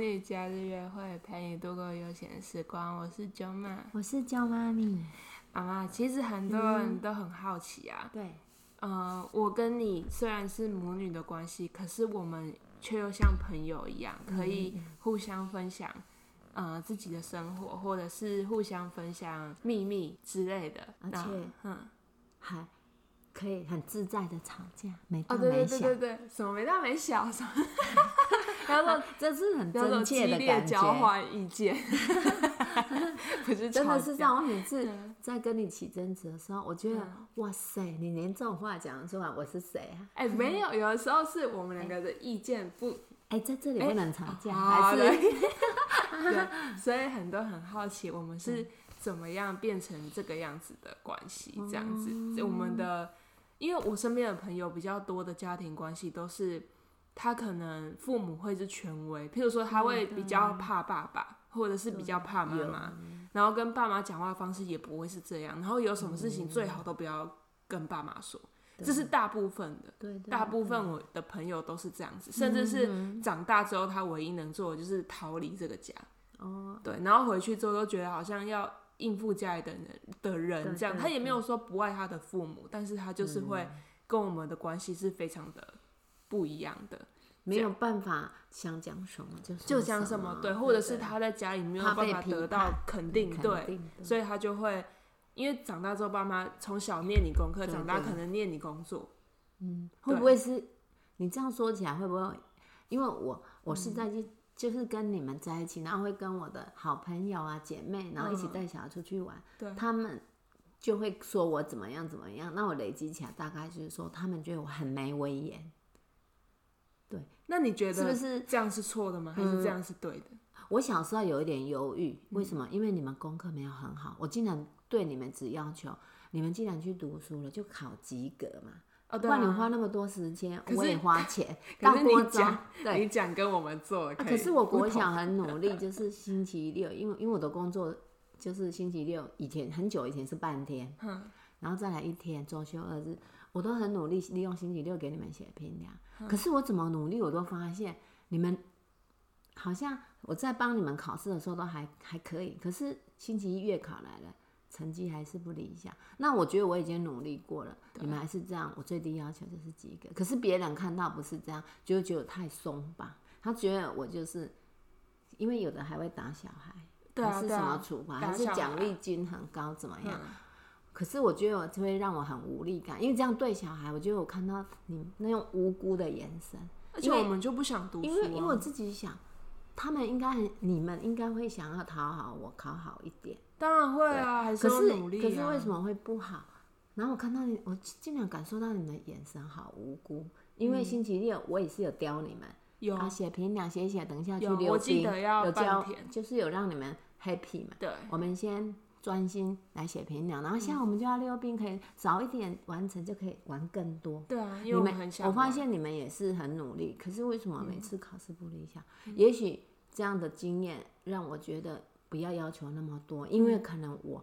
与假日约会，陪你度过悠闲时光。我是九妈我是叫妈咪。妈妈。其实很多嗯人都很好奇啊，对，呃，我跟你虽然是母女的关系，可是我们却又像朋友一样，嗯可以互相分享。呃，自己的生活，或者是互相分享秘密之类的，而那且，嗯，还可以很自在的吵架，没大哦，对对没对小，对对，什么没大没小，什么，然后 这是很叫做真激切的烈感交觉。换意 见， 不是真的吵是这架。样，我每次嗯在跟你起争执的时候，我觉得、嗯哇塞，你连这种话讲得出来，我是谁啊？哎、没有，有的时候是我们两个的意见不哎、在这里哎不能吵架，好还的，是对，所以很多很好奇我们是怎么样变成这个样子的关系，这样子，我们的，因为我身边的朋友比较多的家庭关系都是，他可能父母会是权威，譬如说他会比较怕爸爸，或者是比较怕妈妈，然后跟爸妈讲话的方式也不会是这样，然后有什么事情最好都不要跟爸妈说，这是大部分的。对啊对嗯大部分我的朋友都是这样子，甚至是长大之后，他唯一能做的就是逃离这个家。哦，对，然后回去之后又觉得好像要应付家里的人的人对这样，对嗯他也没有说不爱他的父母，但是他就是会跟我们的关系是非常的不一样的，没有办法想讲什么就就就像什么么，啊对，或者是他在家里没有怕办被法批得判到肯定，肯对，定的所以他就会。因为长大之后，爸妈从小念你功课，对长大对可能念你工作，会不会是你这样说起来会不会？因为我我是嗯在就、就是跟你们在一起，然后会跟我的好朋友啊姐妹，然后一起带小孩出去玩，嗯对他们就会说我怎么样怎么样，那我累积起来大概就是说他们觉得我很没威严。那你觉得是不是嗯这样是错的吗？还是这样是对的？我小时候有一点犹豫，为嗯什么？因为你们功课没有很好，我竟然对你们只要求你们既然去读书了，就考及格嘛。哦，不对、然你啊，花那么多时间，是我也花钱。 可到是国你中讲，，对，你讲跟我们做的啊以、可是我不国同小很努力，就是星期六，因为因为我的工作就是星期六以前很久以前是半天，嗯然后再来一天周休二日，我都很努力利用星期六给你们写评嗯量。可是我怎么努力，我都发现你们好像我在帮你们考试的时候都还还可以，可是星期一月考来了。成绩还是不理想，那我觉得我已经努力过了，你们还是这样，我最低要求就是及格。可是别人看到不是这样，就会觉得我太松绑，他觉得我就是，因为有的还会打小孩，对啊还是对啊什么处罚，打还是小孩嗯奖励金很高，怎么样？可是我觉得我就会让我很无力感，因为这样对小孩，我觉得我看到你那种无辜的眼神，而且因为我们就不想读书、啊，因为因为我自己想，他们应该很，你们应该会想要讨好我，考好一点。当然会啊，还可要是努力、啊可是为什么会不好？然后我看到你，我尽量感受到你们的眼神好无辜，因为星期六我也是有刁你们，有啊写评两写一写，等一下去有溜冰，我记得要有半教天就是有让你们 happy 嘛。对我们先专心来写评量，然后下午我们就要溜冰，可以早一点完成，就可以玩更多。对啊？因你为我们们很想我玩，发现你们也是很努力，可是为什么每次考试不理想？嗯也许这样的经验让我觉得不要要求那么多，嗯因为可能我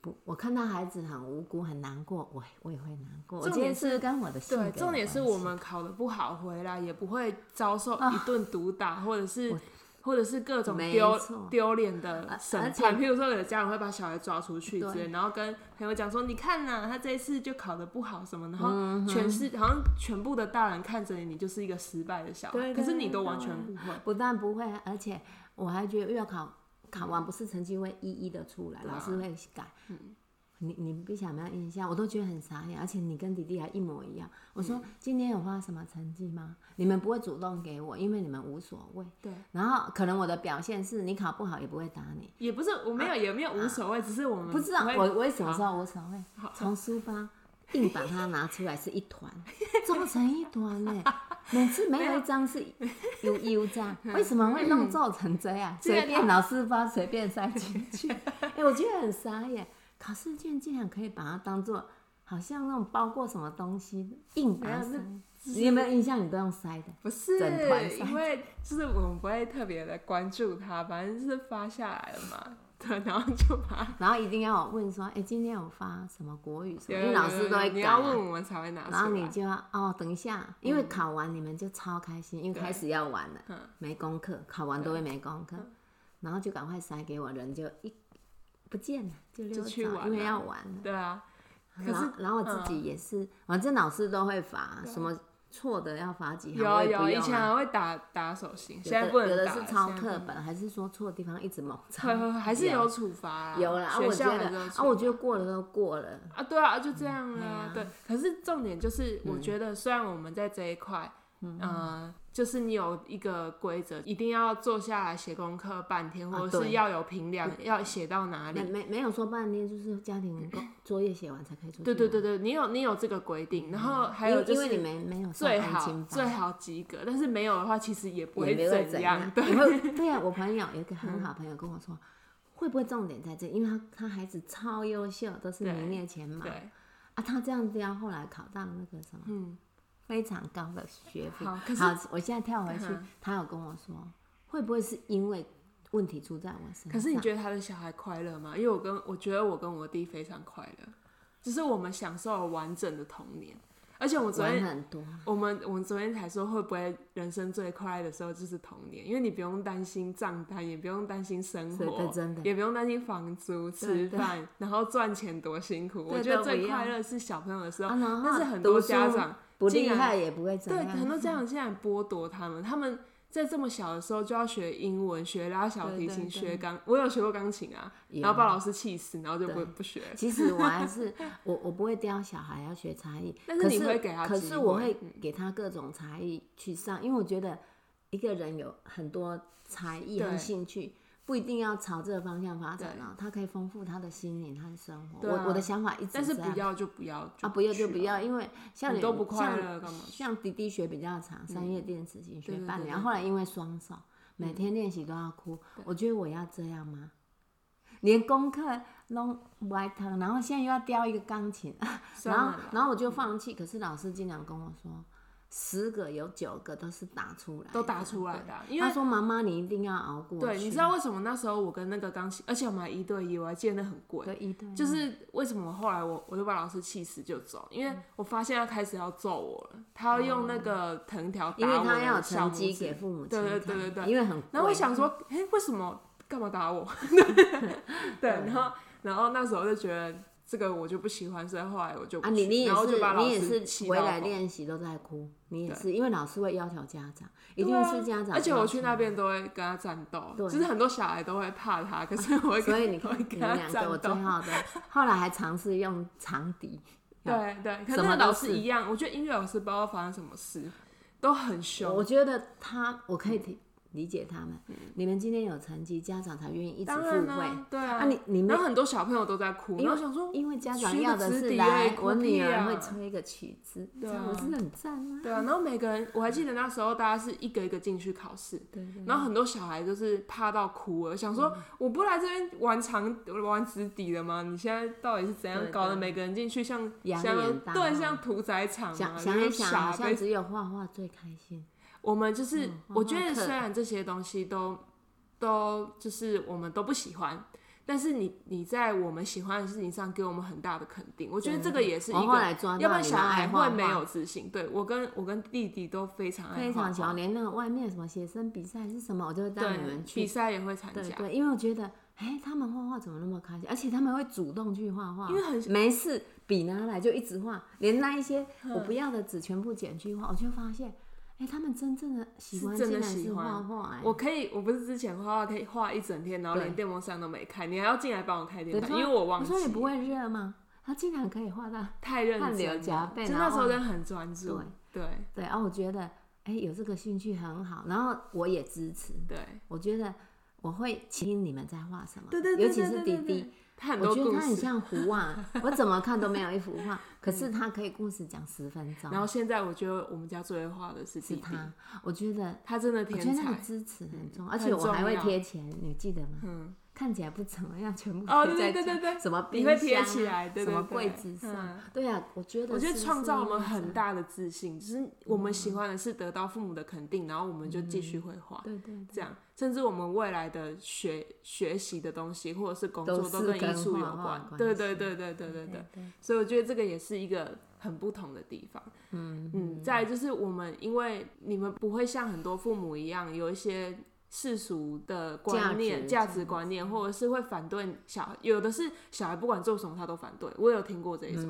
不，我看到孩子很无辜、很难过，我我也会难过。我重今点天是是跟我的性格对，有重点是关系啊我们考的不好回来，也不会遭受一顿毒打，或者是。或者是各种没丢错丢脸的审而判，且譬如说有的家长会把小孩抓出去之类，然后跟朋友讲说：“你看呐、他这一次就考的不好什么。”然嗯后全是、好像全部的大人看着你，你就是一个失败的小孩，对可是你对都对完全不会。不但不会，而且我还觉得月考考完不是成绩会一一的出来，老师会改。你你不想没有印象，我都觉得很傻眼，而且你跟弟弟还一模一样。我说、今天有发什么成绩吗？你们不会主动给我，因为你们无所谓。对，然后可能我的表现是你考不好也不会打你，也不是我没有、也没有无所谓，只是我们啊不知道会我为什么时候无所谓，从书包硬把它拿出来是一 团，皱成一团呢、每次没有一 张是悠悠这样，为什么会弄皱成这 样？这个随便老师发，随便塞进 去。哎、我觉得很傻眼，考试卷竟然可以把它当做好像那种包过什么东西，硬把它没有塞啊那。你有没有印象？你都用塞的，不是整团，散因为就是我们不会特别的关注它，反正就是发下来了嘛。的，然后就把然后一定要问说，哎、今天有发什么国语什么？有因为老师都会有有你改、要啊。问我们才会拿出来。然后你就要哦，等一下，因为考完你们就超开心，因为嗯对开始要玩了，嗯没功课，考完都会没功课，然后就赶快塞给我，人就一不见了，就溜就去走，玩因为了要玩了。对啊，可然后是嗯然后我自己也是，反正老师都会罚，什么错的要罚几行，有我啊也有不啊，以用前啊。还会打打手心，有现在不的有能的打是了。现抄在不课能本，还是说错地方一直猛抄会？会会还是有处罚啊有啦，啊学我校觉还是得有啊，处我觉得过了都过了，啊，对啊，就这样对啊嗯啊，对。可是重点就是，我觉得虽然我们在这一块，呃，就是你有一个规则，一定要坐下来写功课半天，啊或者对是要有评量，要写到哪没里。没没有说半天，就是家庭 工作业写完才可以出去。对对对对，你有你有这个规定，然后还嗯因有为就因为你是们没有上最安好亲班最好及格，但是没有的话，其实也不也会没会怎样。 对，也会对啊，我朋友有一个很好朋友跟我说，会不会重点在这？因为他他孩子超优秀，都是对名列前茅对，啊，他这样子要后来考到那个什么嗯，非常高的学费。好可是我现在跳回去嗯，他有跟我说，会不会是因为问题出在我身上？可是你觉得他的小孩快乐吗？因为我跟我觉得我跟我弟非常快乐，就是我们享受了完整的童年。而且我昨玩天啊很多，我们我们昨天才说，会不会人生最快的时候就是童年？因为你不用担心账单，也不用担心生是活的，真的也不用担心房租、吃对饭， 然后赚钱多辛苦。对我觉得都不一最样快乐是小朋友的时候，啊然后但是很多读书家长不竟厉然害也不会怎对样。很多家长竟然剥夺他们，他们在这么小的时候就要学英文、学拉小对提对琴、对学钢，我有学过钢琴啊，有然后把老师气死，然后就不对不学了。其实我还是我我不会雕小孩要学才艺，但是可你会给他嗯可机是我会会给他各种才艺去上，因为我觉得一个人有很多才艺和对兴趣。不一定要朝这个方向发展对哦，他可以丰富他的心灵、他的生活。对啊我我的想法一直但是这样不要就不要啊，不要去就不啊要，因为像你你都不快像乐干嘛去像迪迪学比较长，三月电子琴学对对半对嗯年，对后来因为双手，每天练习都要哭，我觉得我要这样吗？连功课弄歪疼，然后现在又要雕一个钢琴，算然了后啦嗯然后我就放弃。可是老师经常跟我说，十个有九个都是打出来的，都打出来的啊，对。因为他说：“妈妈，你一定要熬过去。”对，你知道为什么那时候我跟那个钢琴，而且我们还一对一，我还记得那很贵。对嗯一对一就是为什么后来我我就把老师气死就走，因嗯为我发现他开始要揍我了，他要用那个藤条哦因为打我他要的有小成绩拇给指。父母亲对看，对对对对因为很贵。然后我想说，哎、为什么干嘛打我？ 对，然后然后那时候就觉得这个我就不喜欢，所以后来我就不啊，你去你也然后就是把老你也师气是回到来疯练习都在哭，你也对是因为老师会要求家长，一对定啊是家长要求，而且我去那边都会跟他战斗，对就是很多小孩都会怕他，可是 我会跟所以你我看会你跟们他两个我战最斗。好的，后来还尝试用长笛，对对，可什是么那都老是师一样，我觉得音乐老师不知道发生什么事，都很我凶。觉得他我可以理理解他们，你们今天有成绩，家长才愿意一直嗯当付然费啦，，对啊啊，你你们然后很多小朋友都在哭，然因为后想说，因为家长学要个的直是笛而已来哭我女屁儿会啊吹一个曲子，这对样啊不是很赞吗？对啊，然后每个人，我还记得那时候大家是一个一个进去考试，对对然后很多小孩就是怕到哭了，想说、嗯我不来这边玩长玩直笛了吗？你现在到底是怎对样搞的？对每个人进去像压像力很大对哦像屠宰场想啊，想就一是想，傻好像被只有画画最开心。我们就是，嗯我觉画得画课虽然这些东西都都就是我们都不喜欢，但是你你在我们喜欢的事情上给我们很大的肯定，我觉得对这个也是一我后来个，抓要不到然你小们爱孩画会画没有自信。对我跟我跟弟弟都非常爱非画常喜画欢，，哦连那个外面什么写生比赛是什么，我就会带你对们比去。赛也会参对加，对，因为我觉得，哎，他们画画怎么那么开心？而且他们会主动去画画，因为很没事，笔拿来就一直画，连那一些我嗯不要的纸全部剪去画，我就发现，哎，他们真正的喜欢是真竟的然是喜欢画画，哎我可以，我不是之前画画可以画一整天，然后对连电风扇都没开，你还要进来帮我开电对风他扇，因为我忘记说你不了会热吗？他竟然可以画到，太认汗流真浃了，背就然那时候后真的很专注，对对，然后我觉得，哎，有这个兴趣很好，然后我也支持，对我觉得我会听你们在画什么，对对对，尤其是对弟，对弟对。他很我多觉得故他很事。嗯像胡啊，我怎么看都没有一幅 画，可是他可以故事讲十分钟。然后现在我觉得我们家最会画的是弟是弟，他，我觉得他真的我觉得天那个才。支持很重要，嗯而且我还很重会要贴钱，你记得吗？嗯，看起来不怎么样，全部哦贴在对对对对对什么你冰会箱、贴啊、起来对什么对对柜子上，嗯对呀、我觉得我觉得是嗯创造了我们是很大的自信，就是我们喜欢的是得到父母的肯定，然后我们就继嗯续绘画。对对对这样，甚至我们未来的学学习的东西，或者是工都作，是都跟艺跟术画有画有关。关对系对对对对对对对。对所以我觉得这个也是一个很不同的地方。嗯嗯，再来就是我们，因为你们不会像很多父母一样有一些。世俗的价观值念、这价样值观念，或者是会反对小孩，有的是小孩不管做什么他都反对，我有听过这一种，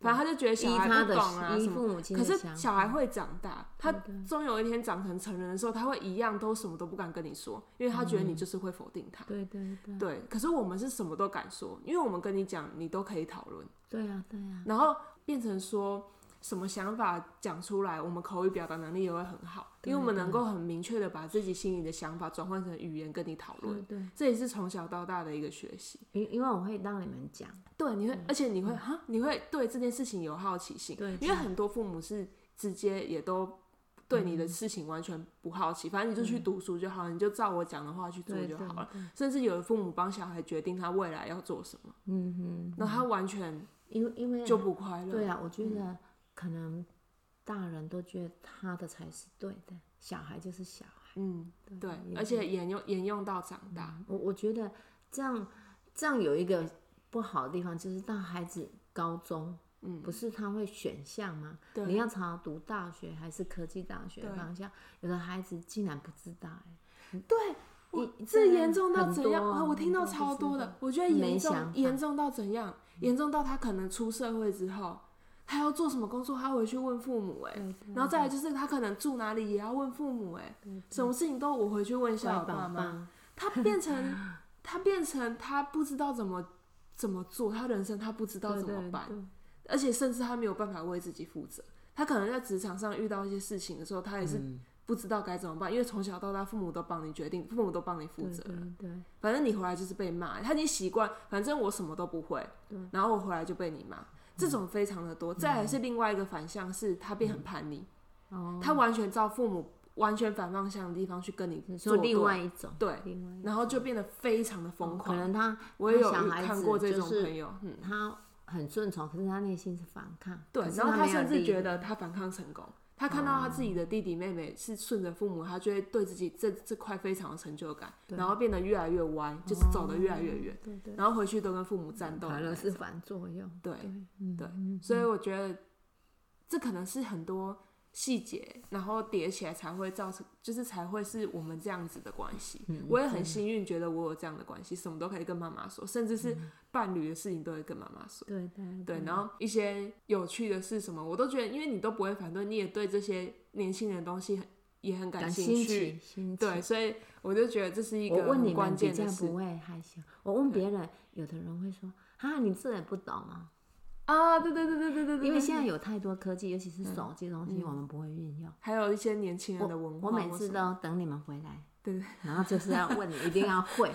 反正他就觉得小嗯依孩他不的懂啊依什么父母亲可的是想小孩会长大，他对对终有一天长成成人的时候，他会一样都什么都不敢跟你说，因为他觉得你就是会否定他。对对对对，可是我们是什么都敢说，因为我们跟你讲，你都可以讨论，对呀对啊呀、然后变成说什么想法讲出来，我们口语表达能力也会很好，因为我们能够很明确的把自己心里的想法转换成语言跟你讨对论，对，这也是从小到大的一个学习。因因为我会让你们讲，对，你会，而且你会哈，你会对这件事情有好奇心，嗯对因为很多父母是直接也都对嗯你的事情完全不好奇，反正你就去读书就好，你就照我讲的话去做对嗯就对好了。甚至有的父母帮小孩决定他未来要做什么，嗯哼，那他完全因为因为就不快乐。对啊，我觉得可能大人都觉得他的才是对的，小孩就是小孩。嗯，对，也嗯而且沿用沿用到长大，我我觉得这样这样有一个不好的地方，就是当孩子高中，嗯不是他会选项吗？对你要朝读大学还是科技大学的对方向？有的孩子竟然不知道、哎，对。我我这这严重到很怎多样？啊啊我很听到多不超知多道的，我觉得严没重想法严重到怎样？严重到他可能出社会之后，他要做什么工作，他回去问父母哎、对然后再来就是他可能住哪里也要问父母哎、什么事情都我回去问一下乖我爸宝妈。宝，他变成他变成他不知道怎么怎么做，他人生他不知道对怎么对办，对而且甚至他没有办法为自己负责。他可能在职场上遇到一些事情的时候，他也是嗯不知道该怎么办，因为从小到大父母都帮你决定，父母都帮你负对责。对对反正你回来就是被骂，他已经习惯，反正我什么都不会，然后我回来就被你嗯骂，这种非常的多。再来是另外一个反向，是他变很叛逆，嗯哦，他完全照父母完全反方向的地方去跟你你做说对另外一种，对，另外一然后就变得非常的疯种，可狂。能他我也有他小孩看子过这种就是朋友，嗯，他很顺从，可是他内心是反抗。对，可是然后他他没有哦甚至力觉得他反抗成功，他看到他自己的弟弟妹妹是顺着父母，他就会对自己这这块非常有成就感，然后变得越来越歪，就是走得越来越远，对对，然后回去都跟父母战斗的哦反而那是种。反作用。对嗯对嗯所以我觉得这可能是很多细节，然后叠起来才会造成，就是才会是我们这样子的关系。嗯我也很幸运，觉得我有这样的关系，什么都可以跟妈妈说，甚至是嗯伴侣的事情都会跟妈妈说。对对对，然后一些有趣的是什么，我都觉得，因为你都不会反对，你也对这些年轻人的东西很也很感感兴兴趣，趣，兴趣对，。所以我就觉得这是一我个问很你关们比键的较事不会害羞，我问别人，有的人会说啊，你这也不懂啊，啊，对对对对对对对，因对为现在有太多科技，尤其是手机的东西，我们不会运用。还有一些年轻人的嗯文化我或什每么，次都等你们回来，对对然后就是要问你一定要 会，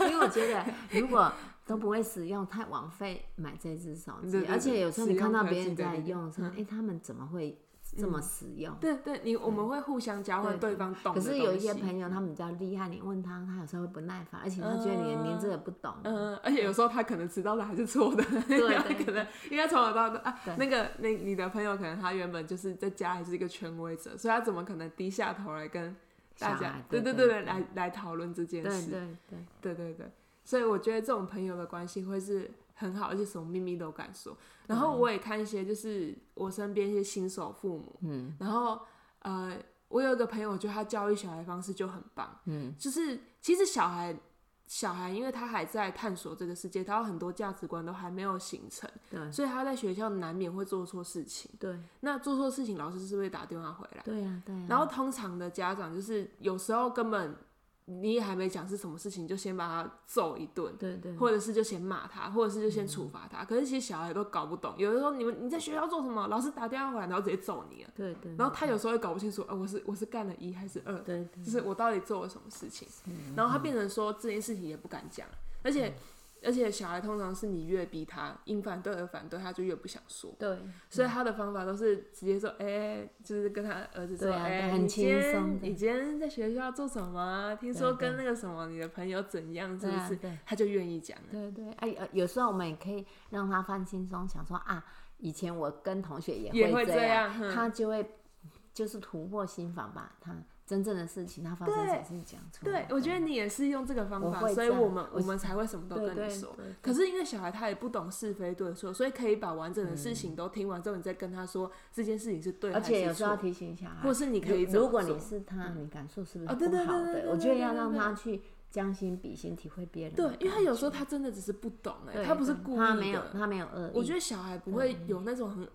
因为我觉得如果都不会使用，太枉费买这只手机。对对对而且有时候你看到别使人用科在技对对对嗯用，说哎、诶他们怎么会这么使用？对对，你我们会互相交换对对方懂的可东西。是有一些朋友他们比较厉害，你问他，他有时候会不耐烦，而且他觉得你嗯连这个不懂。嗯，而且有时候他可能知道的还是错的，对 他对可能因为他从小到大啊对，那个那你的朋友可能他原本就是在家还是一个权威者，所以他怎么可能低下头来跟大小家孩对对对对对来来讨论这件对事？对对，对对对，所以我觉得这种朋友的关系会是很好，而且什么秘密都敢说。然后我也看一些，就是我身边一些新手父母，嗯，然后呃，我有一个朋友，我觉得他教育小孩方式就很棒，嗯，就是其实小孩。小孩因为他还在探索这个世界，他有很多价值观都还没有形成，对所以他在学校难免会做错事情。对那做错事情，老师是会打电话回来。对呀对呀。啊然后通常的家长就是有时候根本你也还没讲是什么事情，就先把他揍一顿，对对或者是就先骂他，或者是就先处罚他。可是其实小孩都搞不懂，有的时候你们你在学校做什么，老师打电话回来，然后直接揍你了。对对，然后他有时候也搞不清楚，呃，我是我是干了一还是二，对对就是我到底做了什么事情。然后他变成说这件事情也不敢讲，而且而且小孩通常是你越逼他，因反对而反对，他就越不想说。对，所以他的方法都是直接说，哎、就是跟他儿子说，对啊哎、对很你今轻松天的你今天在学校做什么啊？听对说啊跟那个什么你的朋友怎样，是对不啊是？对他就愿意讲了。对对，哎、呃有时候我们也可以让他放轻松，想说啊，以前我跟同学也也会这这样，样嗯他就会就是突破心防，把他真正的事情，他发生什么事情讲出来。对，我觉得你也是用这个方我法，会所以这样我们我我们才会什么都对跟对你说对对。可是因为小孩他也不懂是非对错，所以可以把完整的事情都听完之后，你再跟他说这件事情是对嗯而还且有是时候要错。提醒小孩，或是你可以如怎么如果做你是他，你感受是不是哦不对对对好对的？对我觉得对要对让对他去将心比心，体会别人的对感觉。，因为他有时候他真的只是不懂哎，对他不是对故意他没有的。他没有恶意，我觉得小孩不会有那种很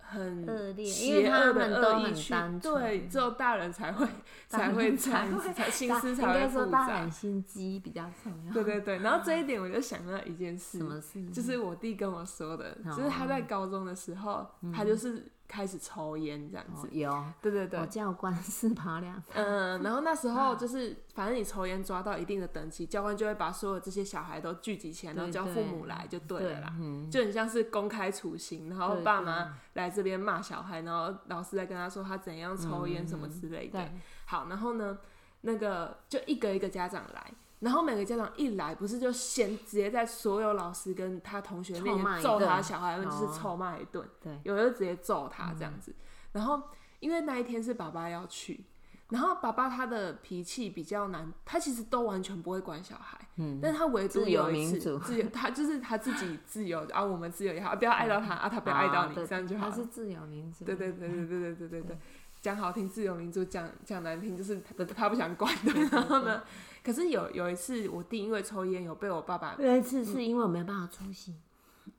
很嗯恶劣因为邪他恶们的都恶很意去单，纯对，只有大人 才会才会这样子，才心大思应才会该说复大胆杂。心机比较重要。对对对，然后 这一点我就想到一件事，什么事？就是我弟跟我说的，哦嗯就是他在高中的时候，他就是开始抽烟这样哦子。有，对对对我，教官是 跑两嗯，然后那 时候就是，反正你抽烟抓到一定的等级，教官就会把所有这些小孩都聚集起来，然后对叫对父母来就对了啦，嗯，就很像是公开处刑，然后对爸妈来这边骂小孩，然后老师在跟他说他怎样抽烟什么之类的。对，好，然后呢，那个就一个一个家长来，然后每个家长一来，不是就先直接在所有老师跟他同学面臭骂前一揍他顿小孩，们就是哦臭骂一顿，对有的就直接揍他这样子。然后因为那一天是爸爸要去。然后爸爸他的脾气比较难，他其实都完全不会管小孩，嗯，但是他唯独自由有一民次主自由，他就是他自己自由啊，我们自由也好，不要爱到他啊，他不要爱到啊你，对这样就好了。他是自由民主，对对对对对对对对对，讲好听自由民主，讲讲难听就是他他不想管的。然后呢，可是有有一次我弟因为抽烟有被我爸爸那一次是因为我没办法出席，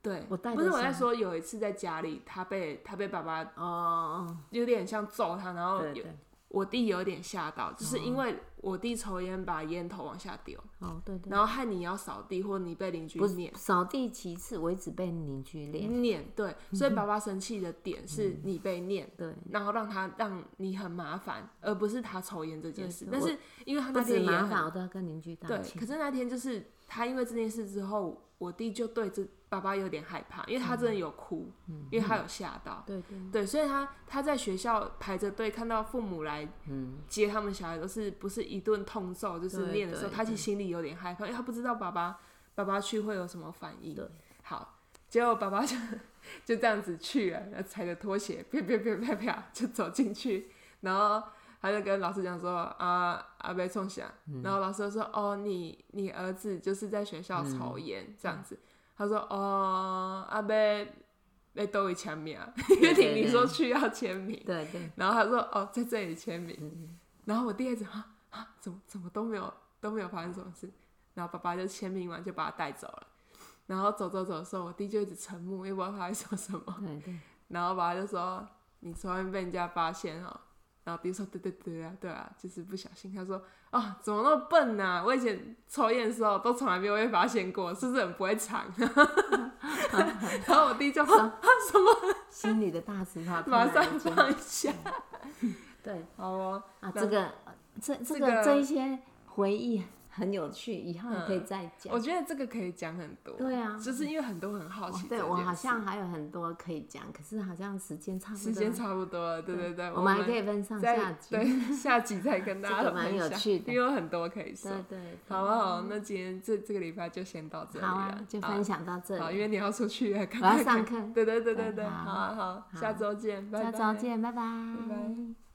对，我带着不是我在上说有一次在家里他被他被爸爸哦，有点像揍他，然后对哦有对，我弟有点吓到，就是因为我弟抽烟把烟头往下丢，哦对对，然后害你要扫地或你嗯被邻居不撵是扫地其次，我一直被邻居练，撵，嗯对，所以爸爸生气的点是你被撵。对，然后让他让你很麻烦，而不是他抽烟这件事。对但我是因为他不那止天也麻很烦，我都要跟邻居道对，歉可，是那天就是他因为这件事之后，我弟就对这爸爸有点害怕，因为他嗯真的有哭，因为他有吓到。对对，对，所以他他在学校排着队，看到父母来嗯，接他们小孩，都是不是一顿痛揍，就是对念的时候，对他其实心里有点害怕，因为他不知道爸爸爸爸去会有什么反应对。好，结果爸爸就 就这样子去了，然后踩着拖鞋，啪啪啪啪啪就走进去，然后他就跟老师讲说啊阿被冲下，嗯然后老师就说哦你你儿子就是在学校嗯抽烟、这样子，他说哦阿被被都会签名啊， 因为对对你你对说去要签名，对 对，然后他说哦，在这里签名。然后我第二次啊啊，怎么怎么都没有都没有发生什么事。然后爸爸就签名完就把他带走了。然后走走走的时候，我弟就一直沉默，也不知道他在说什么。对对，然后爸爸就说：“你昨天被人家发现哦。”然后弟说：“对对对啊，对啊，就是不小心。”他说：“哦，怎么那么笨呢、我以前抽烟的时候都从来没有被发现过，是不是很不会藏？” 然后我弟就啊什么心里的大石头突马然上间，放 下，对好哦。啊，那这个这这这个个这一些回忆很有趣，以后也可以嗯再讲我。觉得这个可以讲很多，对啊就是因为很多很好奇这件对事。我好像还有很多可以讲，可是好像时间差不多，时间差不多了，对对对，我们还可以分上在下集。对 下集再跟大这家个蛮分有享趣的因为有很多可以说对。对，好不好？那今天这这个礼拜就先到这里好啊了，，就分享到这好好，因里，为你要出去了，我要赶快上看。课，对对对对对对，好好啊好，好下周见，拜下拜。周见，拜拜拜